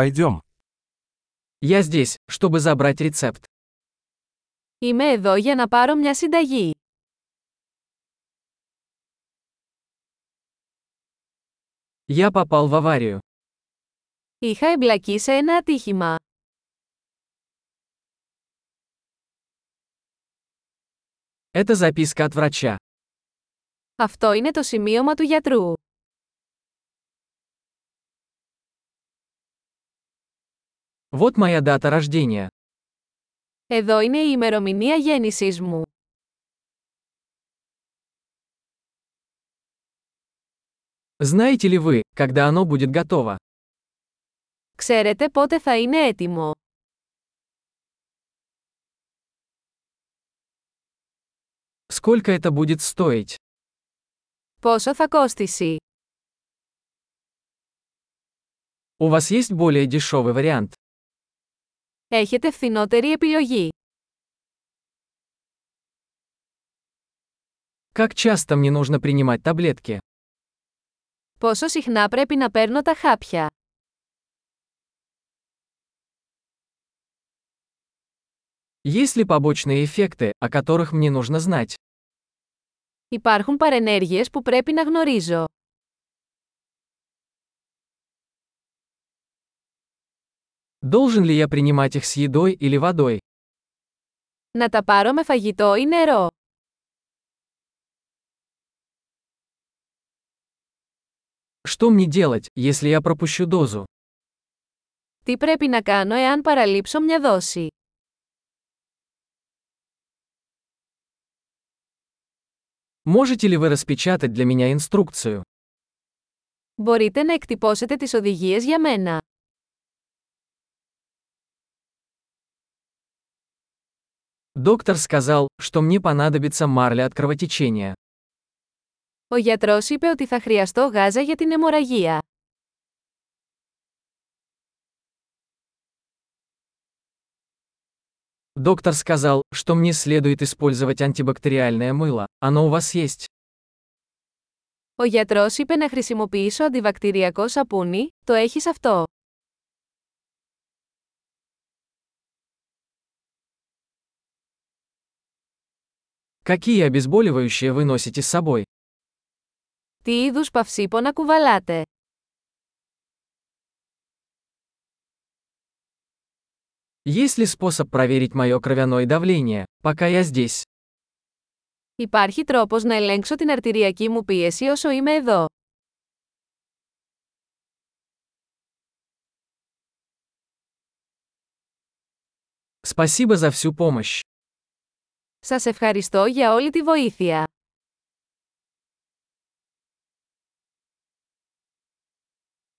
Пойдем. Я здесь, чтобы забрать рецепт. Είμαι εδώ για να πάρω μια συνταγή. Я попал в аварию. Είχα εμπλακεί σε ένα ατύχημα. Это записка от врача. Αυτό είναι το σημείωμα του γιατρού. Вот моя дата рождения. Εδώ είναι η ημερομηνία γέννησής μου. Знаете ли вы, когда оно будет готово? Ξέρετε πότε θα είναι έτοιμο. Сколько это будет стоить? Πόσο θα κόστησει. У вас есть более дешевый вариант? Έχετε φθηνότερη επιλογή. Как часто мне нужно принимать таблетки? Πόσο συχνά πρέπει να παίρνω τα χάπια. Есть ли побочные эффекты, о которых мне нужно знать? Υπάρχουν παρενέργειες που πρέπει να γνωρίζω. Должен ли я принимать их с едой или водой? Να τα πάρω με φαγητό ή νερό. Что мне делать, если я пропущу дозу? Τι πρέπει να κάνω εάν παραλείψω μια δόση. Можете ли вы распечатать для меня инструкцию? Μπορείτε να εκτυπώσετε τις οδηγίες για μένα. Доктор сказал, что мне понадобится марля от кровотечения. Ο γιατρός είπε ότι θα χρειαστώ γάζα για την αιμορραγία. Доктор сказал, что мне следует использовать антибактериальное мыло. Оно у вас есть? Ο γιατρός είπε να χρησιμοποιήσω αντιβακτηριακό σαπούνι, το έχεις αυτό. Какие обезболивающие вы носите с собой? Τι είδους παυσίπονα κουβαλάτε. Есть ли способ проверить мое кровяное давление, пока я здесь? Υπάρχει τρόπος να ελέγξω την αρτηριακή μου πίεση όσο είμαι εδώ. Спасибо за всю помощь. Σας ευχαριστώ για όλη τη βοήθεια.